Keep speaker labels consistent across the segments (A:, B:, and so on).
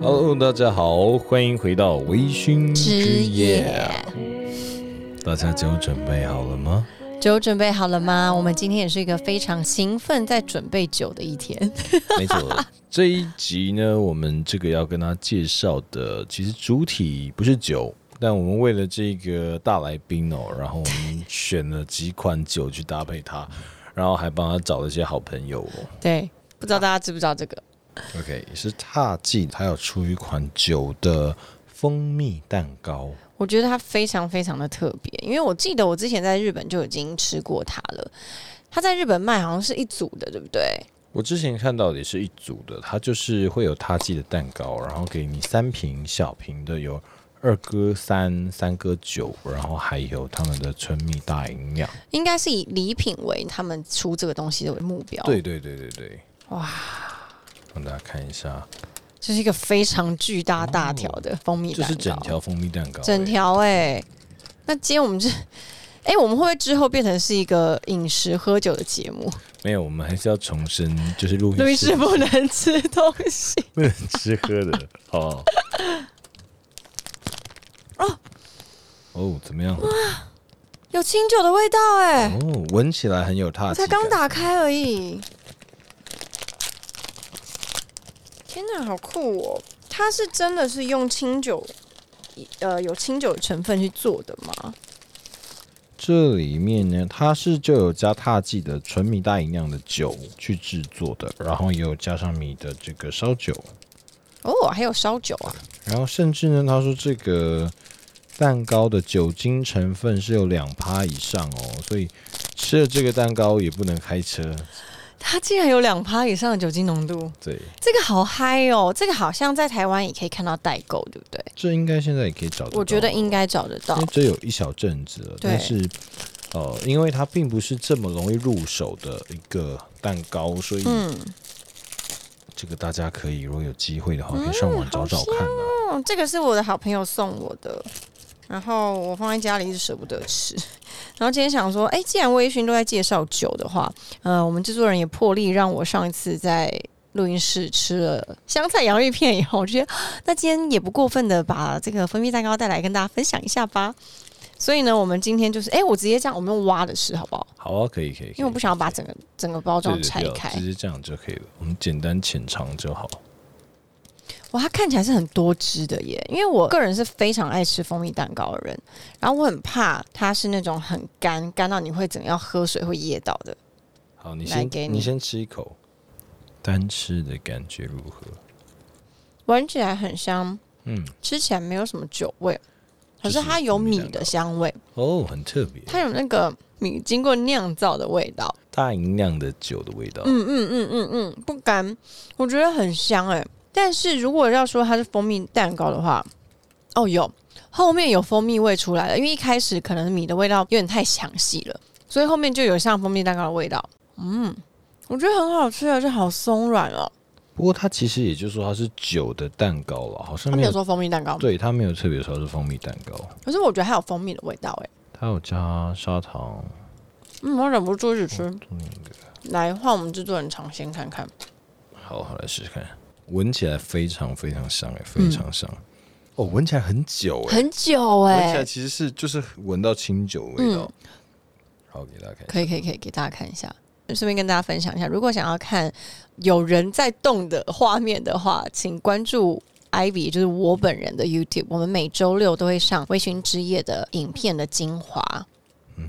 A: Hello，大家好，欢迎回到微醺
B: 之
A: 之
B: 夜
A: 夜。大家酒准备好了吗？
B: 酒准备好了吗？我们今天也是一个非常兴奋在准备酒的一天。
A: 没错，这一集呢，我们这个要跟大家介绍的，其实主体不是酒，但我们为了这个大来宾哦，然后我们选了几款酒去搭配它，然后还帮他找了一些好朋友哦。
B: 对，不知道大家知不知道这个？
A: OK，是踏迹，它有出一款酒的蜂蜜蛋糕，
B: 我觉得它非常非常的特别，因为我记得我之前在日本就已经吃过它了。它在日本卖好像是一组的，对不对？
A: 我之前看到的也是一组的，它就是会有他寄的蛋糕，然后给你三瓶小瓶的，有二哥三、三哥九，然后还有他们的春蜜大营养。
B: 应该是以礼品为他们出这个东西的为目标。
A: 对，对对对对，
B: 哇，
A: 让大家看一下，
B: 这是一个非常巨大大条的蜂蜜
A: 哦这
B: 蛋糕，
A: 是整条蜂蜜蛋糕、
B: 整
A: 欸
B: 条哎、那今天我们是 哎、我们会不会之后变成是一个饮食喝酒的节目？
A: 没有，我们还是要重申，就是录
B: 路
A: 音
B: 易
A: 室
B: 斯不能吃东西。
A: 不能吃喝的，好。哦哦，怎么样？
B: 有清酒的味道哎、
A: 哦，闻起来很有踏
B: 我
A: 迹
B: 才
A: 感。
B: 刚打开而已。天哪，好酷哦！它是真的是用清酒，呃，有清酒的成分去做的吗？
A: 这里面呢，它是就有加踏剂的纯米大吟酿的酒去制作的，然后也有加上米的这个烧酒，
B: 哦，还有烧酒啊！
A: 然后甚至呢，他说这个蛋糕的酒精成分是有两趴以上哦，所以吃了这个蛋糕也不能开车。
B: 它竟然有两趴以上的酒精浓度，
A: 对，
B: 这个好嗨哦！这个好像在台湾也可以看到代购，对不对？
A: 这应该现在也可以找得到。
B: 我觉得应该找得到
A: 因为。这有一小阵子了，
B: 对
A: 但是呃，因为它并不是这么容易入手的一个蛋糕，所以
B: 嗯，
A: 这个大家可以如果有机会的话，
B: 嗯
A: 可以上网找找看啊。
B: 哦，这个是我的好朋友送我的，然后我放在家里一直舍不得吃。 然后今天想说，哎、既然微醺都在介绍酒的话，呃，我们制作人也破例让我上一次在录音室吃了香菜洋芋片以后，我觉得那今天也不过分的把这个蜂蜜蛋糕带来跟大家分享一下吧。所以呢，我们今天就是，哎、我直接这样，我们用挖的吃好不好？
A: 好啊，可以可以，可以
B: 因为我不想要把整个整个包
A: 对
B: 装
A: 对
B: 拆
A: 对
B: 开。
A: 直接这样就可以了。我们简单浅尝就好。
B: 哇，它看起来是很多汁的耶，因为我个人是非常爱吃蜂蜜蛋糕的人，然后我很怕它是那种很干，干到你会整个要喝水会噎到的。
A: 好，你
B: 来
A: 先
B: 给
A: 你
B: 你
A: 先吃一口，单吃的感觉如何？
B: 闻起来很香，
A: 嗯，
B: 吃起来没有什么酒味，可
A: 这
B: 是
A: 是
B: 它有
A: 蜂蜜
B: 米
A: 蛋
B: 的
A: 糕
B: 香味，
A: 哦，很特别，
B: 它有那个米经过酿造的味道。
A: 大吟酿的酒的味道。
B: 嗯嗯嗯嗯嗯，不干，我觉得很香哎。但是如果要说它是蜂蜜蛋糕的话，哦有后面有蜂蜜味出来了，因为一开始可能米的味道有点太详细了，所以后面就有像蜂蜜蛋糕的味道。嗯，我觉得很好吃而且好松软哦。
A: 不过它其实也就是说它是酒的蛋糕了，好像
B: 他
A: 没
B: 没有
A: 有
B: 说蜂蜜蛋糕，
A: 对它没有特别说是蜂蜜蛋糕，
B: 可是我觉得还有蜂蜜的味道哎。
A: 它有加砂糖。
B: 嗯，我忍不住一直吃。
A: 那个
B: 来换我们制作人尝鲜看看，
A: 好好来试试看，闻起来非常非常香哎，非
B: 嗯
A: 常香。哦，闻起来很久哎，
B: 很久
A: 闻起来
B: 哎。嗯
A: 其实是就是闻到清酒味道。好，给大家看一下。
B: 可以可以可以给大家看一下，顺便跟大家分享一下，如果想要看有人在动的画面的话，请关注 Ivy，就是我本人的 YouTube，我们每周六都会上微醺之夜的影片的精华。嗯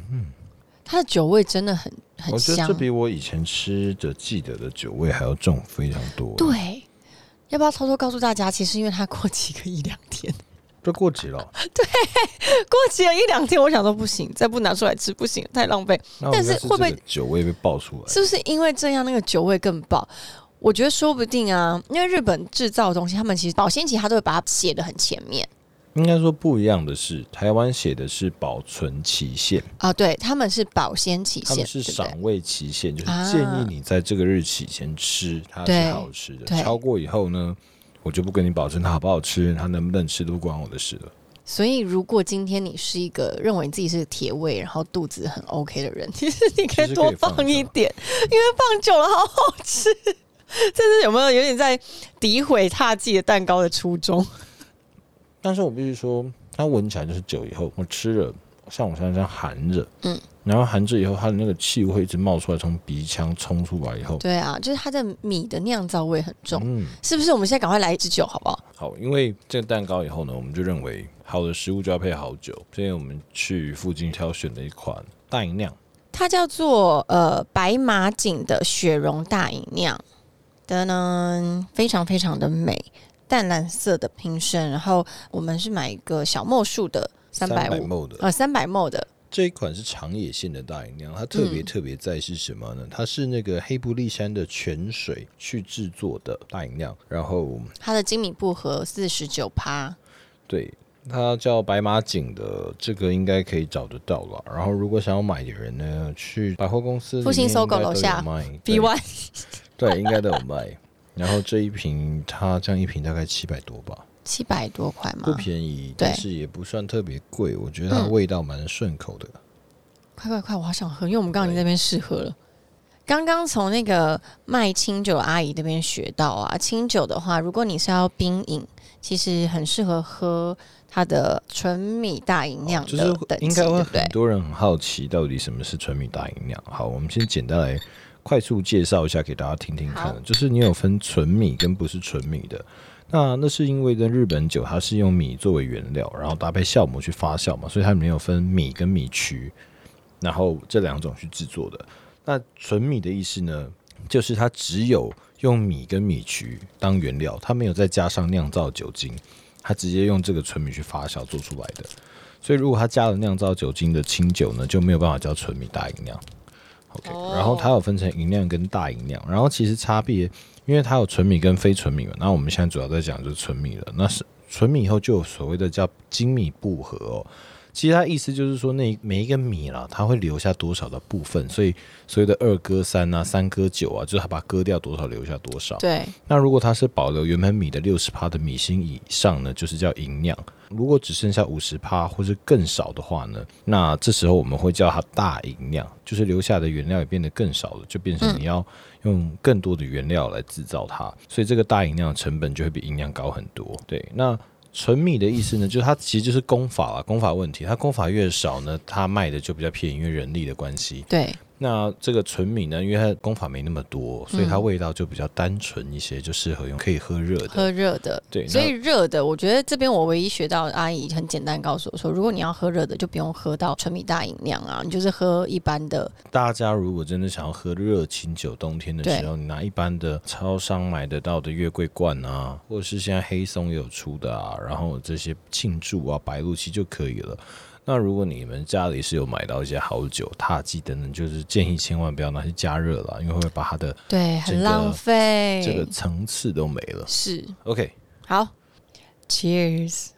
B: 它的酒味真的很很
A: 我觉得
B: 香
A: 这，比我以前吃的记得的酒味还要重非常多。，啊
B: 对。要不要偷偷告诉大家？其实因为它过期个一两天，
A: 这过期了，
B: 过期了一两天，我想说不行，再不拿出来吃不行，太浪费。
A: 那我
B: 但
A: 应该
B: 是
A: 是
B: 会不会
A: 这个酒味被爆出来？
B: 是不是因为这样那个酒味更爆？我觉得说不定啊，因为日本制造的东西，他们其实保鲜期它都会把它写的很前面
A: 应该说不一样的是，台湾写的是保存期限，
B: 啊，对，他们是保鲜期
A: 他
B: 限，
A: 们是
B: 对不对？
A: 赏味期限，就是
B: 啊
A: 建议你在这个日期前吃，它
B: 对
A: 是好吃的。
B: 对
A: 超过以后呢，我就不跟你保证它好不好吃，它能不能吃都不关我的事了。
B: 所以，如果今天你是一个认为你自己是铁胃，然后肚子很 OK 的人， 其实你可以多放一点，因为放久了好好吃。 这是有没有有点在诋毁踏迹的蛋糕的初 衷？
A: 但是我必须说，它闻起来就是酒以后，我吃了，像我现在这样含着，
B: 嗯，
A: 然后含着以后，它的那个气味一直冒出来，从鼻腔冲出来以后，
B: 对啊，就是它的米的酿造味很重，
A: 嗯，
B: 是不是？我们现在赶快来一支酒好不好？
A: 好，因为这个蛋糕以后呢，我们就认为好的食物就要配好酒，所以我们去附近挑选了一款大吟酿，
B: 它叫做呃白马井的雪绒大饮酿，的呢非常非常的美，淡蓝色的瓶身，然后我们是买一个小莫数的三百五，
A: ml 的。
B: 呃三百莫的，
A: 这一款是长野县的大吟酿，它特别
B: 嗯
A: 特别在是什么呢？它是那个黑布利山的泉水去制作的大吟酿，然后
B: 它的精米步合四十九趴，
A: 对，它叫白马井的，这个应该可以找得到了。然后如果想要买的人呢，去百货公司里面
B: 复兴搜狗
A: 应该都有
B: 楼下
A: 卖
B: B
A: 对
B: one
A: 对，应该都有卖。然后这一瓶它这样一瓶大概七百多 吧，
B: 七百多块
A: 不
B: 嘛，
A: 便宜，
B: 对
A: 但是也不算特别贵。我觉得它
B: 嗯
A: 味道蛮顺口的。
B: 快快快，我好想喝，因为我们刚刚已经在那边试喝了。刚刚从那个卖清酒的阿姨那边学到啊，清酒的话，如果你是要冰饮，其实很适合喝它的纯米大吟酿
A: 哦就
B: 的
A: 是
B: 等级，
A: 应该会
B: 对不
A: 很
B: 对？
A: 多人很好奇，到底什么是纯米大吟酿？好，我们先简单来快速介绍一下给大家听听看
B: 好。
A: 就是你有分纯米跟不是纯米的，那那是因为在日本酒它是用米作为原料，然后搭配酵母去发酵嘛，所以它里面有分米跟米曲，然后这两种去制作的。那纯米的意思呢，就是它只有用米跟米曲当原料，它没有再加上酿造酒精，它直接用这个纯米去发酵做出来的。所以如果它加了酿造酒精的清酒呢，就没有办法叫纯米大吟酿。OK，、
B: 哦
A: 然后它有分成吟酿跟大吟酿，然后其实差别，因为它有纯米跟非纯米嘛，那我们现在主要在讲就是纯米了。那是纯米以后就有所谓的叫精米步合哦。其实它意思就是说，那每一个米啦，它会留下多少的部分，所以所谓的二割三啊、三割九啊，就是它把它割掉多少，留下多少。
B: 对，
A: 那如果它是保留原本米的六十帕的米芯以上呢，就是叫银酿；如果只剩下五十帕或是更少的话呢，那这时候我们会叫它大银酿，就是留下的原料也变得更少了，就变成你要用更多的原料来制造它，所以这个大银酿的成本就会比银酿高很多。对，那。纯米的意思呢，就是它其实就是工法啦，工法问题。它工法越少呢，它卖的就比较便宜，因为人力的关系。
B: 对，
A: 那这个纯米呢，因为它的功法没那么多，所以它
B: 嗯
A: 味道就比较单纯一些，就适合用可以喝热的。
B: 喝热的。
A: 对，
B: 所以热的，我觉得这边我唯一学到的阿姨很简单告诉我说，如果你要喝热的，就不用喝到纯米大饮酿啊，你就是喝一般的。
A: 那大家如果真的想要喝热清酒，冬天的时候，你拿一般的超商买得到的月桂冠啊，或者是现在黑松也有出的啊，然后这些庆祝啊、白露期就可以了。那如果你们家里是有买到一些好酒、踏剂等等，就是建议千万不要拿去加热了，因为会把它的
B: 对，
A: 这
B: 很
A: 个
B: 浪费。
A: 这个层次都没了。
B: 是
A: OK，
B: 好，Cheers。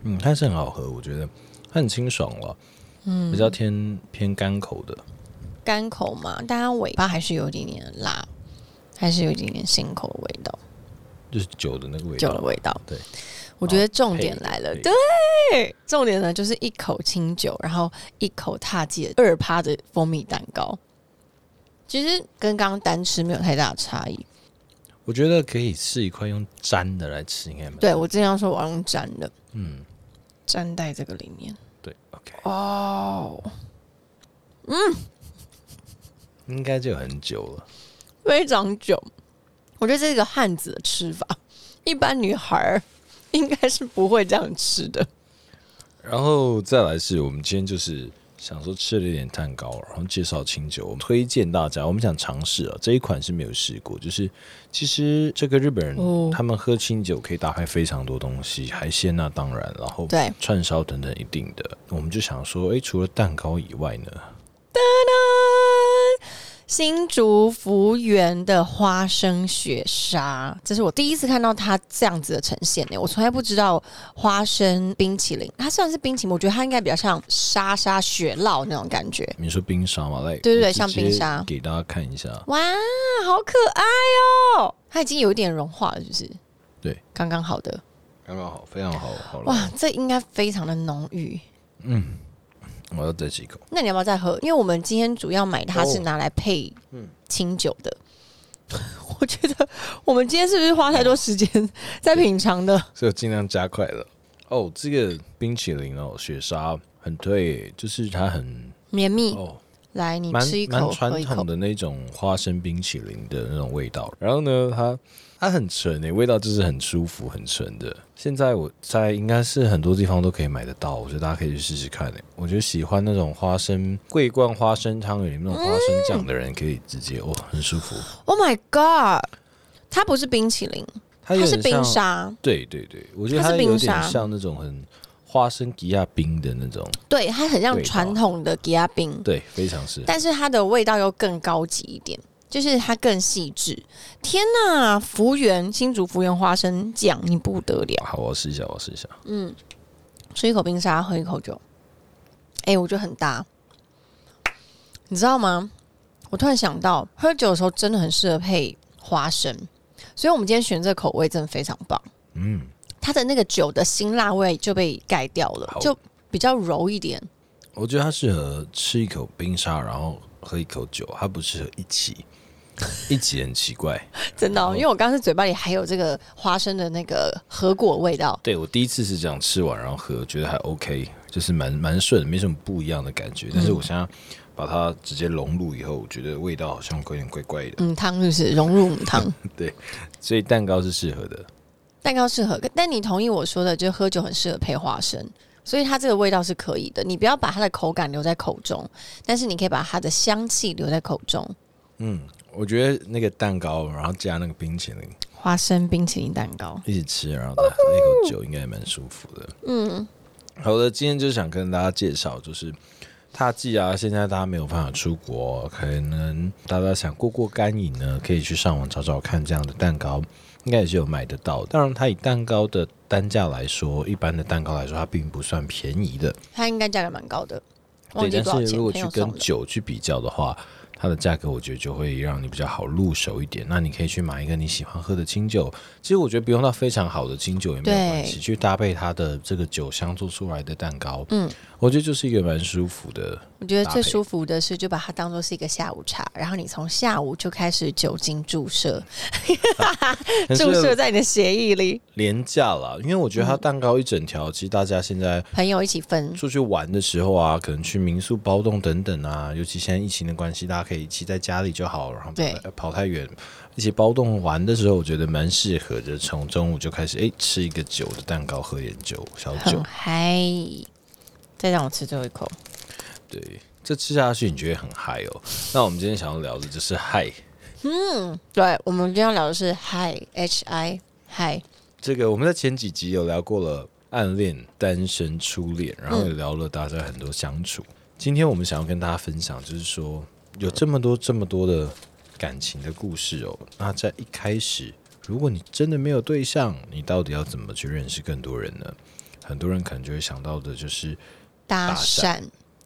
A: 嗯，它是很好喝，我觉得它很清爽了，嗯，比较偏偏干口的。
B: 干口嘛，但它尾巴还是有一点点辣，还是有一点点辛口的味道，
A: 就是酒的那个味
B: 酒的
A: 道，
B: 味道。
A: 对，
B: 我觉得重点来了，
A: 配的
B: 对，重点呢就是一口清酒，然后一口踏界二趴的蜂蜜蛋糕，其实跟刚刚单吃没有太大的差异。
A: 我觉得可以试一块用粘的来吃，应该蛮
B: 对我之前要说我要用沾的，
A: 嗯
B: 沾在这个里面。
A: 对，OK，
B: 哦，
A: 应该就很久了。
B: 非常久。我觉得这是一个汉子的吃法，一般女孩儿应该是不会这样吃的。
A: 然后再来是我们今天就是想说吃了一点蛋糕，然后介绍清酒，我们推荐大家，我们想尝试啊，这一款是没有试过，就是其实这个日本人、
B: 哦
A: 他们喝清酒可以搭配非常多东西，海鲜啊当然，然后
B: 对
A: 串烧等等一定的，我们就想说，诶，除了蛋糕以外呢，
B: 噔噔，新竹福源的花生雪沙，这是我第一次看到它这样子的呈现呢。我从来不知道花生冰淇淋，它虽然是冰淇淋，我觉得它应该比较像沙沙雪酪那种感觉。
A: 你说冰沙嘛，来，
B: 对对对
A: 我直
B: 像
A: 接
B: 冰沙
A: 给大家看一下。
B: 哇，好可爱哦！它已经有一点融化了，就是
A: 对，
B: 刚刚好的
A: 刚刚好，非常好，好了，
B: 哇，这应该非常的浓郁。
A: 我要再几口。
B: 那你要不要再喝？因为我们今天主要买它是
A: 哦
B: 拿来配
A: 嗯
B: 清酒的。 我觉得我们今天是不是花太多时间在品 尝的？
A: 所以我尽量加快了。哦，这个冰淇淋哦，雪莎很对，就是它很
B: 绵密，
A: 哦，
B: 来，你
A: 蛮
B: 吃一
A: 蛮
B: 口，喝
A: 传
B: 一口
A: 统。的那种花生冰淇淋的那种味道。然后呢，它它很纯诶、味道就是很舒服、很纯的。现在我猜应该是很多地方都可以买得到，我觉得大家可以去试试看诶、欸我觉得喜欢那种花生桂冠花生汤圆里面那种花生酱的人，可以直接哦，很舒服。
B: Oh my god！它不是冰淇淋，
A: 它有
B: 它是
A: 点像
B: 冰沙。
A: 对对对，我觉得
B: 它是
A: 它有
B: 冰沙
A: 点像那种很花生吉亚冰的那种。
B: 对，它很像
A: 味道
B: 传统的吉亚冰。
A: 对，非常是。
B: 但是它的味道又更高级一点，就是它更细致。天呐，服务员新竹服务员花生酱，你不得了！
A: 好，我试一下，我试一下。
B: 嗯吃一口冰沙，喝一口酒。哎、我觉得很搭，你知道吗？我突然想到，喝酒的时候真的很适合配花生，所以我们今天选这口味真的非常棒。
A: 嗯，
B: 它的那个酒的辛辣味就被盖掉了
A: 好，
B: 就比较柔一点。
A: 我觉得它适合吃一口冰沙，然后喝一口酒，它不适合一起。一起很奇怪，
B: 真的哦、
A: 好
B: 因为我刚刚是嘴巴里还有这个花生的那个核果味道。
A: 对我第一次是这样吃完然后喝，觉得还 OK，就是蛮蛮顺，没什么不一样的感觉。但是我现在把它直接融入以后，我觉得味道好像有点怪怪的。
B: 嗯，汤是不是融入母汤？
A: 所以蛋糕是适合的，
B: 蛋糕适合，但你同意我说的，就喝酒很适合配花生，所以它这个味道是可以的。你不要把它的口感留在口中，但是你可以把它的香气留在口中。
A: 嗯，我觉得那个蛋糕，然后加那个冰淇淋
B: 花生冰淇淋蛋糕，
A: 一起吃，然后再喝一口酒，应该也蛮舒服的。
B: 嗯，
A: 好的，今天就想跟大家介绍，就是踏季啊，现在大家没有办法出国，可能大家想过过干瘾呢，可以去上网找找看这样的蛋糕，应该也是有买得到。当然，它以蛋糕的单价来说，一般的蛋糕来说，它并不算便宜的。
B: 它应该价格蛮高的，忘
A: 对，
B: 记
A: 但
B: 多少
A: 是
B: 钱。
A: 如果
B: 朋
A: 去
B: 友
A: 跟
B: 送的，
A: 酒去比较的话，它的价格我觉得就会让你比较好入手一点。那你可以去买一个你喜欢喝的清酒，其实我觉得不用到非常好的清酒也没有
B: 对
A: 关系，去搭配它的这个酒香做出来的蛋糕，
B: 嗯，
A: 我觉得就是一个蛮舒服 的。
B: 我觉得最
A: 搭配
B: 舒服的是就把它当做是一个下午茶，然后你从下午就开始酒精注射，
A: 但
B: 注射
A: 是
B: 在你的血液里，
A: 廉价啦，因为我觉得它蛋糕一整条，其实大家现在
B: 朋友一起分。
A: 出去玩的时候啊，可能去民宿包栋等等啊，尤其现在疫情的关系，大家可以一起在家里就好，然后
B: 对
A: 跑太跑太远，一起包栋玩的时候，我觉得蛮适合的。从中午就开始，哎、吃一个酒的蛋糕，喝点酒，小酒
B: 很，嗨，再让我吃最后一口。
A: 对，这吃下去你觉得很嗨哦。那我们今天想要聊的就是嗨，
B: 对，我们今天要聊的是 Hi H I Hi，
A: 这个我们在前几集有聊过了暗恋、单身、初恋，然后也聊了大家很多相处。今天我们想要跟大家分享，就是说有这么多这么多的感情的故事哦。那在一开始，如果你真的没有对象，你到底要怎么去认识更多人呢？很多人可能就会想到的就是，
B: 搭
A: 搭
B: 讪。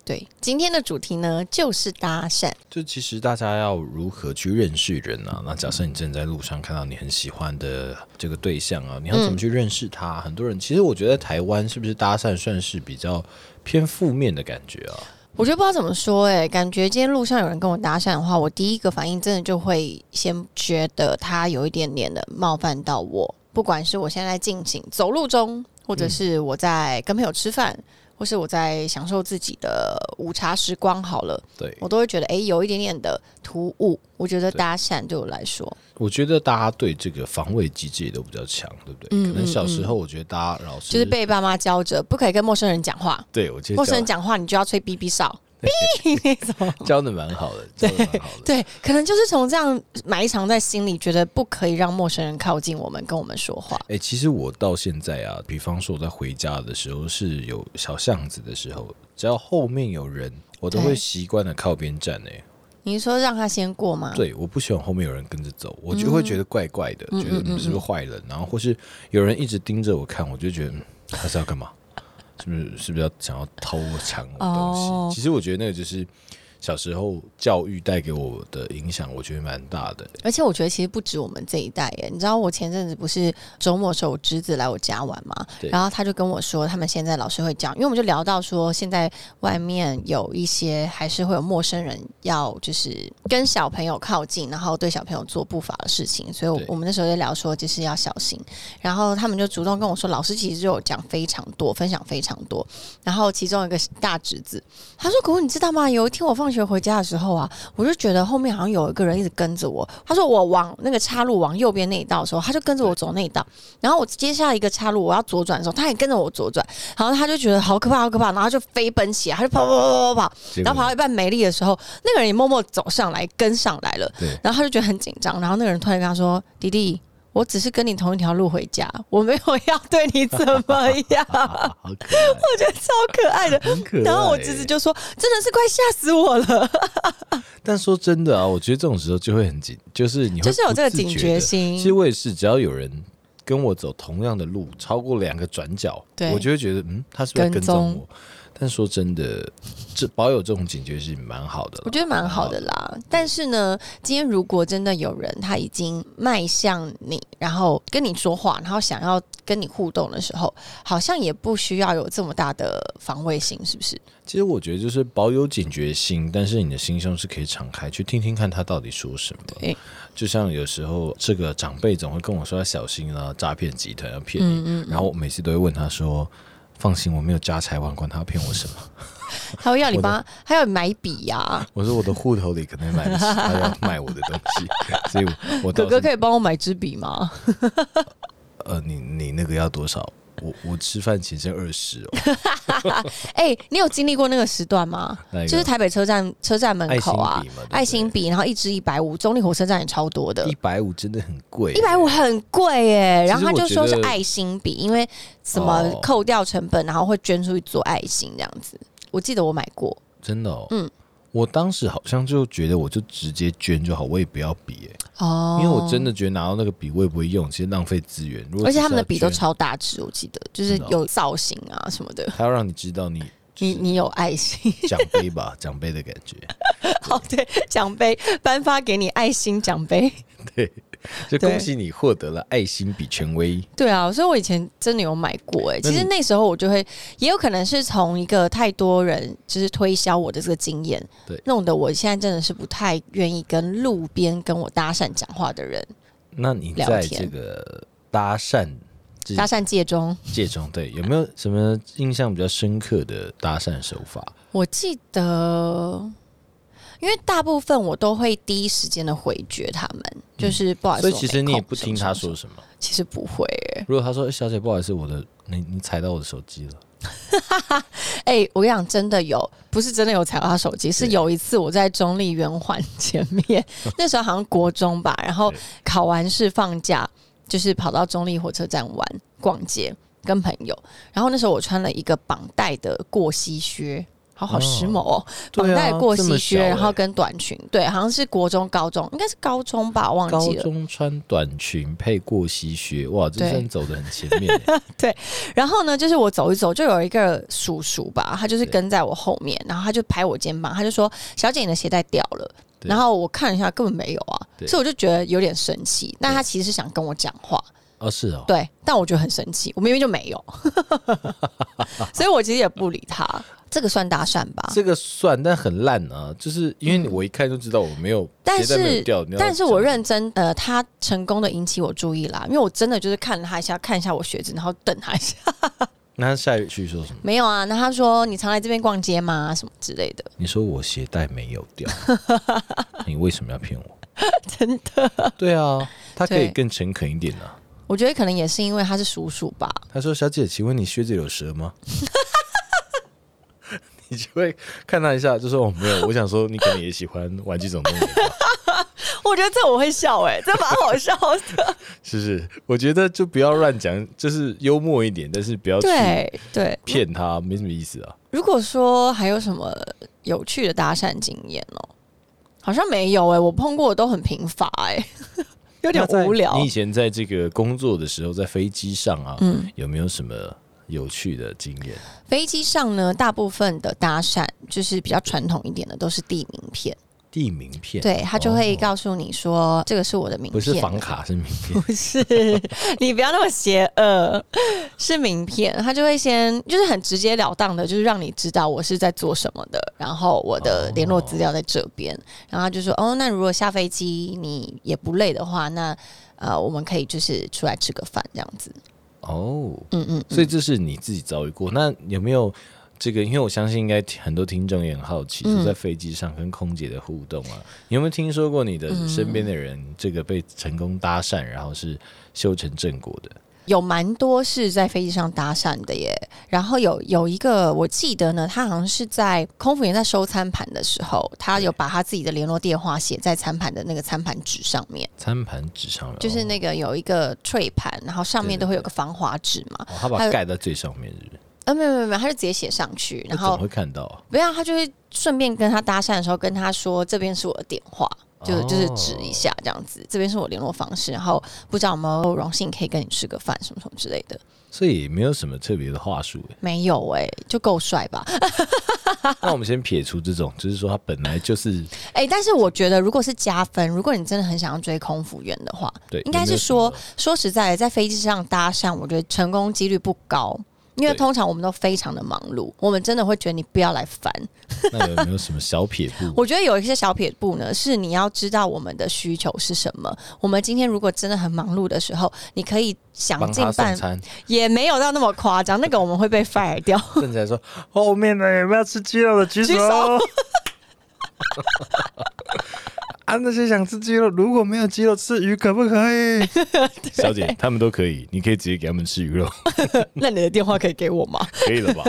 B: 对，今天的主题呢就是搭讪。
A: 就其实大家要如何去认识人啊？那假设你正在路上看到你很喜欢的这个对象啊，你要怎么去认识他？很多人其实我觉得台湾是不是搭讪算是比较偏负面的感觉啊？
B: 我觉得不知道怎么说、欸，哎，感觉今天路上有人跟我搭讪的话，我第一个反应真的就会先觉得他有一点点的冒犯到我，不管是我现在在进行走路中，或者是我在跟朋友吃饭，或是我在享受自己的午茶时光，好了，
A: 对，
B: 我都会觉得哎、欸有一点点的突兀。我觉得
A: 对
B: 搭讪对我来说，
A: 我觉得大家对这个防卫机制也都比较强，对不对？
B: 嗯
A: 可能小时候我觉得大家老师
B: 就是被爸妈教着不可以跟陌生人讲话，
A: 对我觉得
B: 陌生
A: 教
B: 人讲话你就要吹哔哔哨，
A: 教的蛮好的，教的蛮好的。
B: 对，可能就是从这样埋藏在心里，觉得不可以让陌生人靠近我们，跟我们说话。
A: 哎、其实我到现在啊，比方说我在回家的时候是有小巷子的时候，只要后面有人，我都
B: 对嗯
A: 会习惯的靠边站哎、
B: 你是说让他先过吗？
A: 对，我不喜欢后面有人跟着走，我就会觉得怪怪的，
B: 嗯
A: 觉得
B: 嗯
A: 你是不是坏人，然后或是有人一直盯着我看，我就觉得、嗯、他是要干嘛？是不是是不是要想要偷我抢我东西？
B: 哦
A: 其实我觉得那个就是小时候教育带给我的影响，我觉得蛮大的。
B: 而且我觉得其实不止我们这一代耶，你知道我前阵子不是周末的时候，我侄子来我家玩嘛
A: 对，
B: 然后他就跟我说，他们现在老师会讲，因为我们就聊到说，现在外面有一些还是会有陌生人要就是跟小朋友靠近，然后对小朋友做不法的事情，所以我
A: 对
B: 我们那时候在聊说就是要小心，然后他们就主动跟我说，老师其实就有讲非常多，分享非常多，然后其中一个大侄子，他说：“可可，你知道吗？有一天我放学回家的时候啊，我就觉得后面好像有一个人一直跟着我。他说我往那个岔路往右边那一道的时候，他就跟着我走那一道。然后我接下一个岔路我要左转的时候，他也跟着我左转。然后他就觉得好可怕，好可怕，然后他就飞奔起来，他就跑跑跑跑跑跑。
A: 结
B: 然后跑
A: 果
B: 到一半没力的时候，那个人也默默走上来跟上来了。
A: 对，
B: 然后他就觉得很紧张，然后那个人突然跟他说：“弟弟，我只是跟你同一条路回家，我没有要对你怎么 样。”我
A: 好可爱，
B: 觉得超可爱的。
A: 很可爱。
B: 然后我侄子，就说：“真的是快吓死我了，
A: 但说真的啊，我觉得这种时候就会很紧，就是你会
B: 就是有这个
A: 不自
B: 警
A: 觉
B: 觉
A: 地
B: 心
A: 其实我也是，只要有人跟我走同样的路，超过两个转角，
B: 对
A: 我就会觉得，嗯，他是不是在跟
B: 跟
A: 踪
B: 踪
A: 我？但说真的，这保有这种警觉性蛮好的啦。
B: 我觉得蛮好的啦。但是呢，今天如果真的有人他已经迈向你，然后跟你说话，然后想要跟你互动的时候，好像也不需要有这么大的防卫心，是不是？
A: 其实我觉得就是保有警觉性，但是你的心胸是可以敞开去听听看他到底说什么。
B: 对，
A: 就像有时候这个长辈总会跟我说要小心啊，诈骗集团要骗你，
B: 嗯嗯，
A: 然后我每次都会问他说：“放心，我没有家财万贯，他要骗我什么？”
B: 他会要你帮，他要你买笔呀、
A: 我说我的户头里可能 买不起，他要卖我的东西， 所以我
B: 哥
A: 倒
B: 哥
A: 是
B: 可以帮我买支笔吗？
A: 呃，你你那个要多少？我我吃饭钱剩二十哦，
B: 哎、你有经历过那个时段吗？
A: 那一
B: 就
A: 个
B: 是台北车站车站门口啊
A: 哎爱心笔嘛对不，对
B: 爱心笔，然后一支一百五，中立火车站也超多的，
A: 一百五真的很贵，
B: 一百五很贵耶，
A: 其实
B: 然后他就说
A: 我
B: 是
A: 觉得
B: 爱心笔，因为什么
A: 哦
B: 扣掉成本，然后会捐出去做爱心这样子。我记得我买过，
A: 真的哦。
B: 嗯
A: 我当时好像就觉得我就直接捐就好，我也不要笔、欸，
B: 哦
A: 因为我真，的觉得拿到那个笔我也不会用，其实浪费资源。如果
B: 而且他们的
A: 只
B: 笔
A: 是要
B: 都
A: 捐，
B: 超大只，我记得就是
A: 真的哦
B: 有造型啊什么的。
A: 他要让你知道你
B: 你
A: 就是
B: 你有爱心
A: 奖杯吧，奖杯的感觉。
B: 哦，对，奖杯颁发给你爱心奖杯，
A: 对，就
B: 对
A: 恭喜你获得了爱心笔权威。
B: 对啊，所以我以前真的有买过哎、
A: 那
B: 其
A: 你
B: 实那时候我就会，也有可能是从一个太多人就是推销我的这个经验，
A: 对
B: 弄得我现在真的是不太愿意跟路边跟我搭讪讲话的人
A: 那你
B: 聊
A: 在
B: 天
A: 这个搭讪之
B: 搭讪界中。
A: 界中，对，有没有什么印象比较深刻的搭讪手法？
B: 我记得，因为大部分我都会第一时间的回绝他们，就是不好意思
A: 所以
B: 我没空，
A: 其实你也不听他
B: 什么什么什么，
A: 说什么。
B: 其实不会耶、
A: 如果他说、欸小姐，不好意思，我的你你踩到我的手机了，
B: 哎、我跟你讲，真的有，不是真的有踩到他手机，是
A: 对
B: 有一次我在中立圆环前 面，那时候好像国中吧，然后
A: 对
B: 考完试放假，就是跑到中立火车站玩逛街，跟朋友。然后那时候我穿了一个绑带的过膝靴，好好时髦哦，绑
A: 对啊
B: 带过
A: 这
B: 膝
A: 么
B: 靴，
A: 小欸
B: 然后跟短裙，对，好像是国中、高中，应该是高中吧，忘
A: 高
B: 记了。
A: 中穿短裙配过膝靴，哇，这
B: 对
A: 真的走的很前 面欸
B: 然后呢，就是我走一走，就有一个叔叔吧，他就是
A: 对
B: 跟在我后面，然后他就拍我肩膀，他就说：“小姐，你的鞋带掉了。”
A: 对
B: 然后我看了一下，根本没有啊，
A: 对
B: 所以我就觉得有点生气。那他其实是想跟我讲话，
A: 哦，是哦，
B: 对，但我觉得很生气，我明明就没有， 所以我其实也不理他。这个算搭讪吧？
A: 这个算，但很烂啊，就是因为我一看就知道我没有，
B: 嗯但
A: 鞋带没有
B: 是
A: 掉，你要
B: 但是我
A: 讲
B: 认真，呃，他成功的引起我注意啦，因为我真的就是看了他一下，看一下我靴子，然后瞪他一下。
A: 那他下一句说什么？
B: 没有啊，那他说你常来这边逛街吗？什么之类的，
A: 你说我鞋带没有 掉，你为什么要骗我？
B: 真的。
A: 对啊，他可以
B: 对
A: 更诚恳一点啊。
B: 我觉得可能也是因为他是叔叔吧，
A: 他说：“小姐，请问你靴子有折吗？” 你就会看他一下，就说：“我、没有。”我想说，你可能也喜欢玩这种东西吧，
B: 我觉得这我会笑哎、这蛮好笑的。
A: 是不是？我觉得就不要乱讲，就是幽默一点，但是不要去
B: 对对，
A: 骗他，没什么意思啊。
B: 如果说还有什么有趣的搭讪经验哦，好像没有哎、我碰过的都很贫乏哎、 有
A: 那
B: 点
A: 在
B: 无聊
A: 你以。前在这个工作的时候，在飞机上啊，
B: 嗯
A: 有没有什么有趣的经验？
B: 飞机上呢，大部分的搭讪就是比较传统一点的，都是递名片，
A: 递名片，
B: 对他就会
A: 哦
B: 告诉你说、这个是我的名片，
A: 不是房卡，是名 片。
B: 不是，你不要那么邪恶，是名片，他就会先就是很直截了当的，就是让你知道我是在做什么的，然后我的联络资料在这边，然后他就说哦，那如果下飞机你也不累的话，那呃，我们可以就是出来吃个饭这样子，
A: 哦，
B: 嗯嗯
A: 所以这是你自己遭遇过。那有没有这个？因为我相信应该很多听众也很好奇，
B: 嗯
A: 就在飞机上跟空姐的互动啊，你有没有听说过你的身边的人这个被成功搭讪，然后是修成正果的？
B: 有蛮多是在飞机上搭讪的耶，然后有有一个我记得呢，他好像是在空服员在收餐盘的时候，他有把他自己的联络电话写在餐盘的那个餐盘纸上面，
A: 餐盘纸上了，
B: 就是那个有一个 tray 盘，然后上面都会有个防滑纸嘛，
A: 哦、他把它盖在最上面，是不是？
B: 啊没有没有没有，他就直接写上去，然
A: 那怎么
B: 后
A: 会看到啊？
B: 不要他就会顺便跟他搭讪的时候跟他说这边是我的电话。就
A: 哦
B: 就是指一下这样子，这边是我联络方式，然后不知道有没有荣幸可以跟你吃个饭什么什么之类的，
A: 所以也没有什么特别的话 术、欸
B: 没有哎、就够帅吧？
A: 那我们先撇除这种，就是说他本来就是
B: 哎、但是我觉得，如果是加分，如果你真的很想要追空服员的话，
A: 对，
B: 应该
A: 有没
B: 是
A: 有
B: 说
A: 什么，
B: 说实在的，在飞机上搭讪，我觉得成功几率不高，因为
A: 对
B: 通常我们都非常的忙碌，我们真的会觉得你不要来烦。
A: 那有没有什么小撇步？
B: 我觉得有一些小撇步呢，是你要知道我们的需求是什么。我们今天如果真的很忙碌的时候，你可以想
A: 帮
B: 尽
A: 他送
B: 办法，
A: 餐，
B: 也没有到那么夸张，那个我们会被 fire 掉。
A: 正在说后面的有没有吃鸡肉的举
B: 举手
A: 啊，那些想吃鸡肉，如果没有鸡肉吃鱼可不可 以？小姐，他们都可以，你可以直接给他们吃鱼 肉，
B: 那你的电话可以给我 吗？
A: 可以了吧？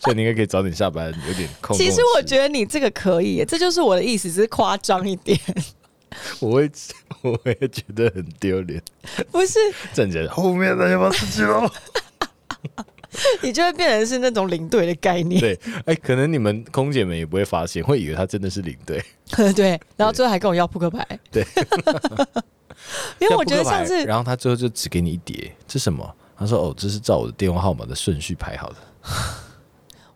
A: 所以你应该可以早点下班，有点空。
B: 其实我觉得你这个可以耶，这就是我的意思，只是夸张一点，
A: 得我会，我会觉得很丢脸。
B: 不是
A: 站 起来，后面的要不要吃鸡肉？
B: 你就会变成是那种领队的概念，
A: 对，哎、可能你们空姐们也不会发现，会以为他真的是领队。
B: 对，然后最后还跟我要扑克牌，
A: 对，
B: 因为我觉得
A: 要扑克牌
B: 上次
A: 然后他最后就只给你一叠，这什么？他说：“哦，这是照我的电话号码的顺序排好的，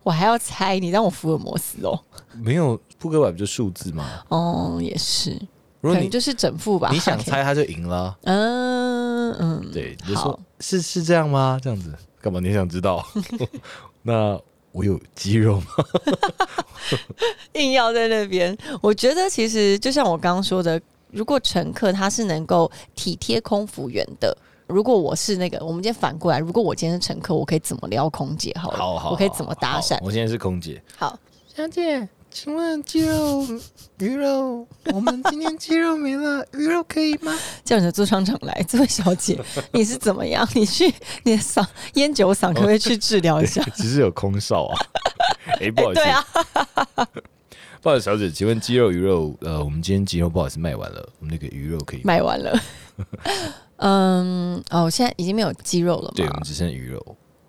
B: 我还要猜你让我福尔摩斯哦，
A: 没有扑克牌不就数字吗？
B: 哦，也是，
A: 如
B: 可
A: 果
B: 能
A: 你
B: 就是整副吧，
A: 你想猜，他就赢了啊。
B: 嗯嗯，
A: 对，你就说
B: 好，
A: 是是这样吗？这样子干嘛？你想知 道？那我有肌肉吗？
B: 硬要在那边，我觉得其实就像我刚刚说的，如果乘客他是能够体贴空服员的。如果我是那个，我们今天反过来，如果我今天是乘客，我可以怎么撩空姐好了？
A: 好好，
B: 我可以怎么搭讪
A: 好？我现在是空姐，
B: 好，
A: 小姐，请问鸡肉、鱼肉，我们今天鸡肉没了，鱼肉可以吗？
B: 叫你的做商场来，这位小姐，你是怎么样？你去你的嗓烟酒嗓可不可以去治疗一 下？
A: 只是有空少 啊。哎、不好意思，
B: 对啊，
A: 不好意思，小姐，请问鸡肉、鱼肉，呃，我们今天鸡肉不好意思卖完了，我们那个鱼肉可以吗？
B: 卖完了。嗯，哦，现在已经没有肌肉了
A: 对，我
B: 嘛
A: 们？只剩鱼肉，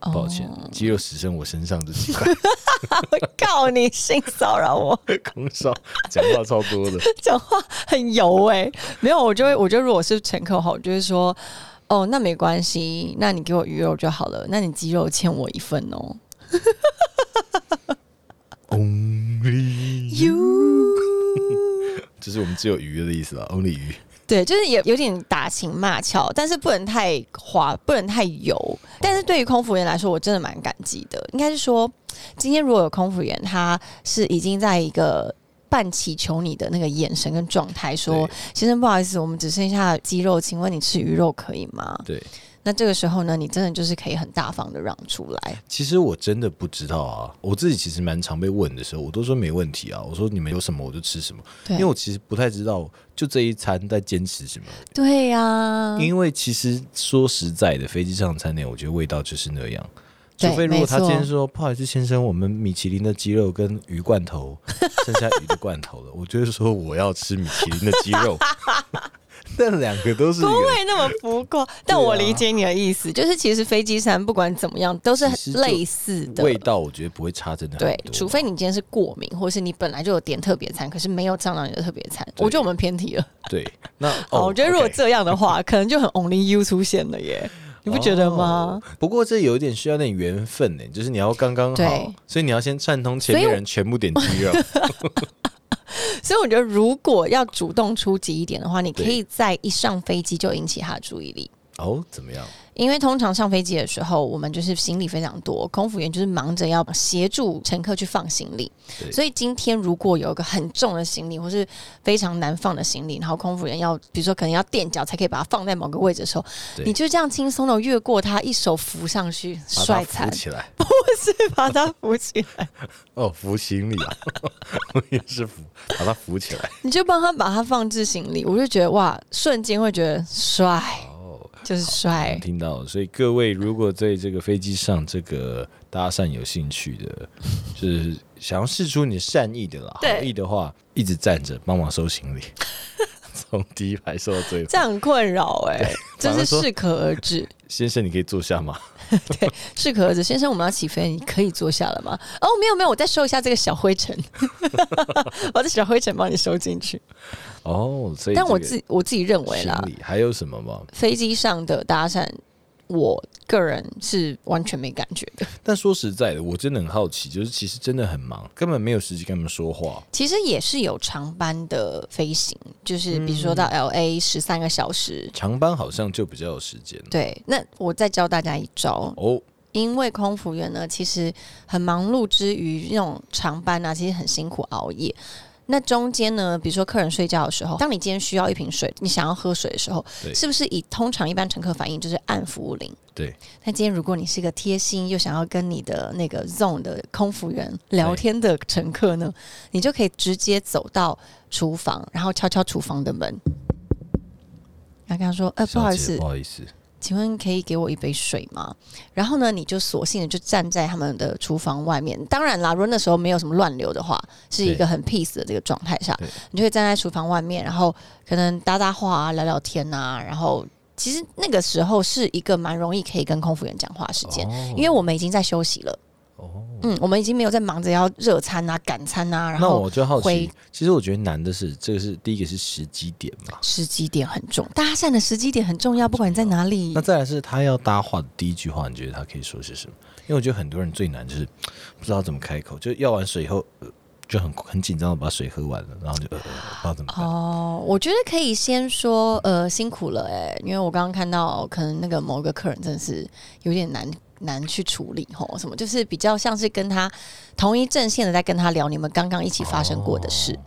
B: 哦
A: 抱歉，鸡肉只剩我身上这几块。
B: 我告你性骚扰我，
A: 空少讲话超 多的，
B: 讲话很油哎、没有，我就会，我觉得如果是乘客的话，我就会说，哦，那没关系，那你给我鱼肉就好了，那你鸡肉欠我一份哦。
A: Only you 就是我们只有鱼的意思啦，Only 啊鱼。
B: 对，就是也有点打情骂俏，但是不能太滑，不能太油。但是对于空服员来说，我真的蛮感激的。应该是说，今天如果有空服员，他是已经在一个半祈求你的那个眼神跟状态，说
A: 对
B: 先生不好意思，我们只剩下鸡肉，请问你吃鱼肉可以吗？
A: 对，
B: 那这个时候呢，你真的就是可以很大方的让出来。
A: 其实我真的不知道啊，我自己其实蛮常被问的时候，我都说没问题啊，我说你们有什么我就吃什么，
B: 对，
A: 因为我其实不太知道就这一餐在坚持什么。
B: 对呀、嗯
A: 因为其实说实在的，飞机上的餐点，我觉得味道就是那样。
B: 对
A: 除非如果他今天
B: 没错
A: 说不好意思，先生，我们米其林的鸡肉跟鱼罐头剩下鱼的罐头了，我就会说我要吃米其林的鸡肉。 但两个都是一
B: 不
A: 个
B: 会那么浮夸，但
A: 啊
B: 我理解你的意思，就是其实飞机餐不管怎么样都是
A: 其实就
B: 类似的
A: 味道，我觉得不会差真的很
B: 对
A: 多。，
B: 除非你今天是过敏，或是你本来就有点特别餐，可是没有蟑螂你的特别餐。
A: 对
B: 我觉得我们偏题了。
A: 对那
B: 好，
A: 哦，
B: 我觉得如果
A: OK
B: 这样的话，可能就很 Only You 出现了耶。你你不觉得
A: 哦
B: 吗？
A: 不过这有一点需要点缘分呢，就是你要刚刚好
B: 对，
A: 所以你要先串通前
B: 所以
A: 面
B: 我
A: 人全部点鸡 肉。
B: 所以我觉得，如果要主动出击一点的话，你可以在一上飞机就引起他的注意力。
A: 哦，怎么样？
B: 因为通常上飞机的时候，我们就是行李非常多，空服员就是忙着要协助乘客去放行李
A: 对。
B: 所以今天如果有一个很重的行李，或是非常难放的行李，然后空服员要，比如说可能要垫脚才可以把它放在某个位置的时候，
A: 对
B: 你就这样轻松的越过它，一手扶上去，
A: 把
B: 帅
A: 它扶
B: 惨，
A: 起来。
B: 是把它 扶起来，
A: 哦，扶行李啊，我也是扶，把它扶起来。
B: 你就帮他把它放置行李，我就觉得哇，瞬间会觉得帅，
A: 哦，
B: 就是帅。
A: 听到了。所以各位如果对这个飞机上这个搭讪有兴趣 的，就是想要试出你的善意的啦，
B: 对
A: 好意的话，一直站着帮忙收行李， 从第一排收到最后。
B: 这样很困扰哎、真
A: 反而
B: 是
A: 说
B: 适可而止，
A: 先生，你可以坐下吗？
B: 适可而止。先生，我们要起飞，你可以坐下了吗？哦，没有没有，我再收一下这个小灰 尘，把这小灰尘帮你收进去。
A: 哦，所以
B: 但我
A: 这个
B: 自己我自己认为啦
A: 行，李还有什么吗？
B: 飞机上的搭讪，我个人是完全没感觉的。
A: 但说实在的，我真的很好奇，就是其实真的很忙，根本没有时间跟他们说话。
B: 其实也是有长班的飞行，就是比如说到
A: 嗯
B: L A 十三个小时。
A: 长班好像就比较有时间
B: 对，那我再教大家一招，
A: 哦，
B: 因为空服员呢，其实很忙碌之余，那种长班啊，其实很辛苦熬夜。那中间呢，比如说客人睡觉的时候，当你今天需要一瓶水，你想要喝水的时候
A: 对，
B: 是不是以通常一般乘客反应就是按服务铃？
A: 对。
B: 但今天如果你是一个贴心又想要跟你的那个 zone 的空服员聊天的乘客呢，你就可以直接走到厨房，然后敲敲厨房的门，然后跟他说：“呃，不好意
A: 小
B: 思
A: 姐，不好意思，
B: 请问可以给我一杯水吗？然后呢，你就索性的就站在他们的厨房外面。当然啦，如果那时候没有什么乱流的话，是一个很 peace 的这个状态下
A: 对，
B: 你就会站在厨房外面，然后可能搭搭话啊，聊聊天啊，然后其实那个时候是一个蛮容易可以跟空服员讲话的时间，
A: 哦
B: 因为我们已经在休息了。
A: 哦，
B: 嗯，我们已经没有在忙着要热餐啊、赶餐啊，然
A: 那
B: 后
A: 我就好奇
B: 回，
A: 其实我觉得难的是，这个是第一个是时机点嘛，
B: 时机点很重，搭讪的时机点很重要，不管你在哪里
A: 那。再来是他要搭话的第一句话，你觉得他可以说些什么？因为我觉得很多人最难就是不知道怎么开口，就要完水以后、呃就很很紧张的把水喝完了，然后就呃呃呃不知道怎么办。
B: 哦，我觉得可以先说，呃，辛苦了哎、因为我刚刚看到，可能那个某个客人真的是有点难难去处理吼，什么就是比较像是跟他同一阵线的在跟他聊你们刚刚一起发生过的事，嗯
A: 哦。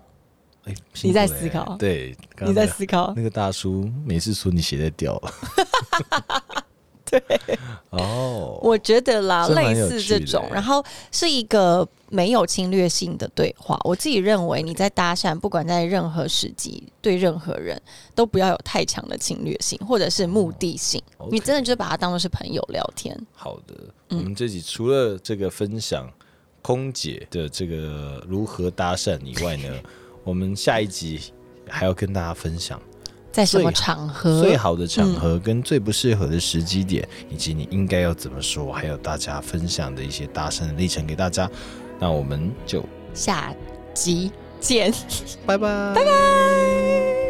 A: 哎
B: 你在
A: 辛苦了
B: 思考
A: 对，刚刚
B: 你在
A: 那个
B: 思考，
A: 那个大叔每次说你鞋带掉 了，对，哦，
B: 我觉得啦，
A: 这蛮
B: 类
A: 有
B: 似
A: 趣
B: 这
A: 的
B: 种，
A: 欸
B: 然后是一个没有侵略性的对话。我自己认为，你在搭讪，不管在任何时机，对任何人都不要有太强的侵略性或者是目的性。
A: 哦
B: 你
A: OK
B: 真的就把它当做是朋友聊天。
A: 好的，我们这集除了这个分享空姐的这个如何搭讪以外呢，我们下一集还要跟大家分享
B: 在什
A: 最
B: 么
A: 好
B: 场合？
A: 最好的场合跟最不适合的时机点，以及你应该要怎么说，还有大家分享的一些搭讪的历程给大家。那我们就
B: 下集见。
A: 拜拜，拜拜。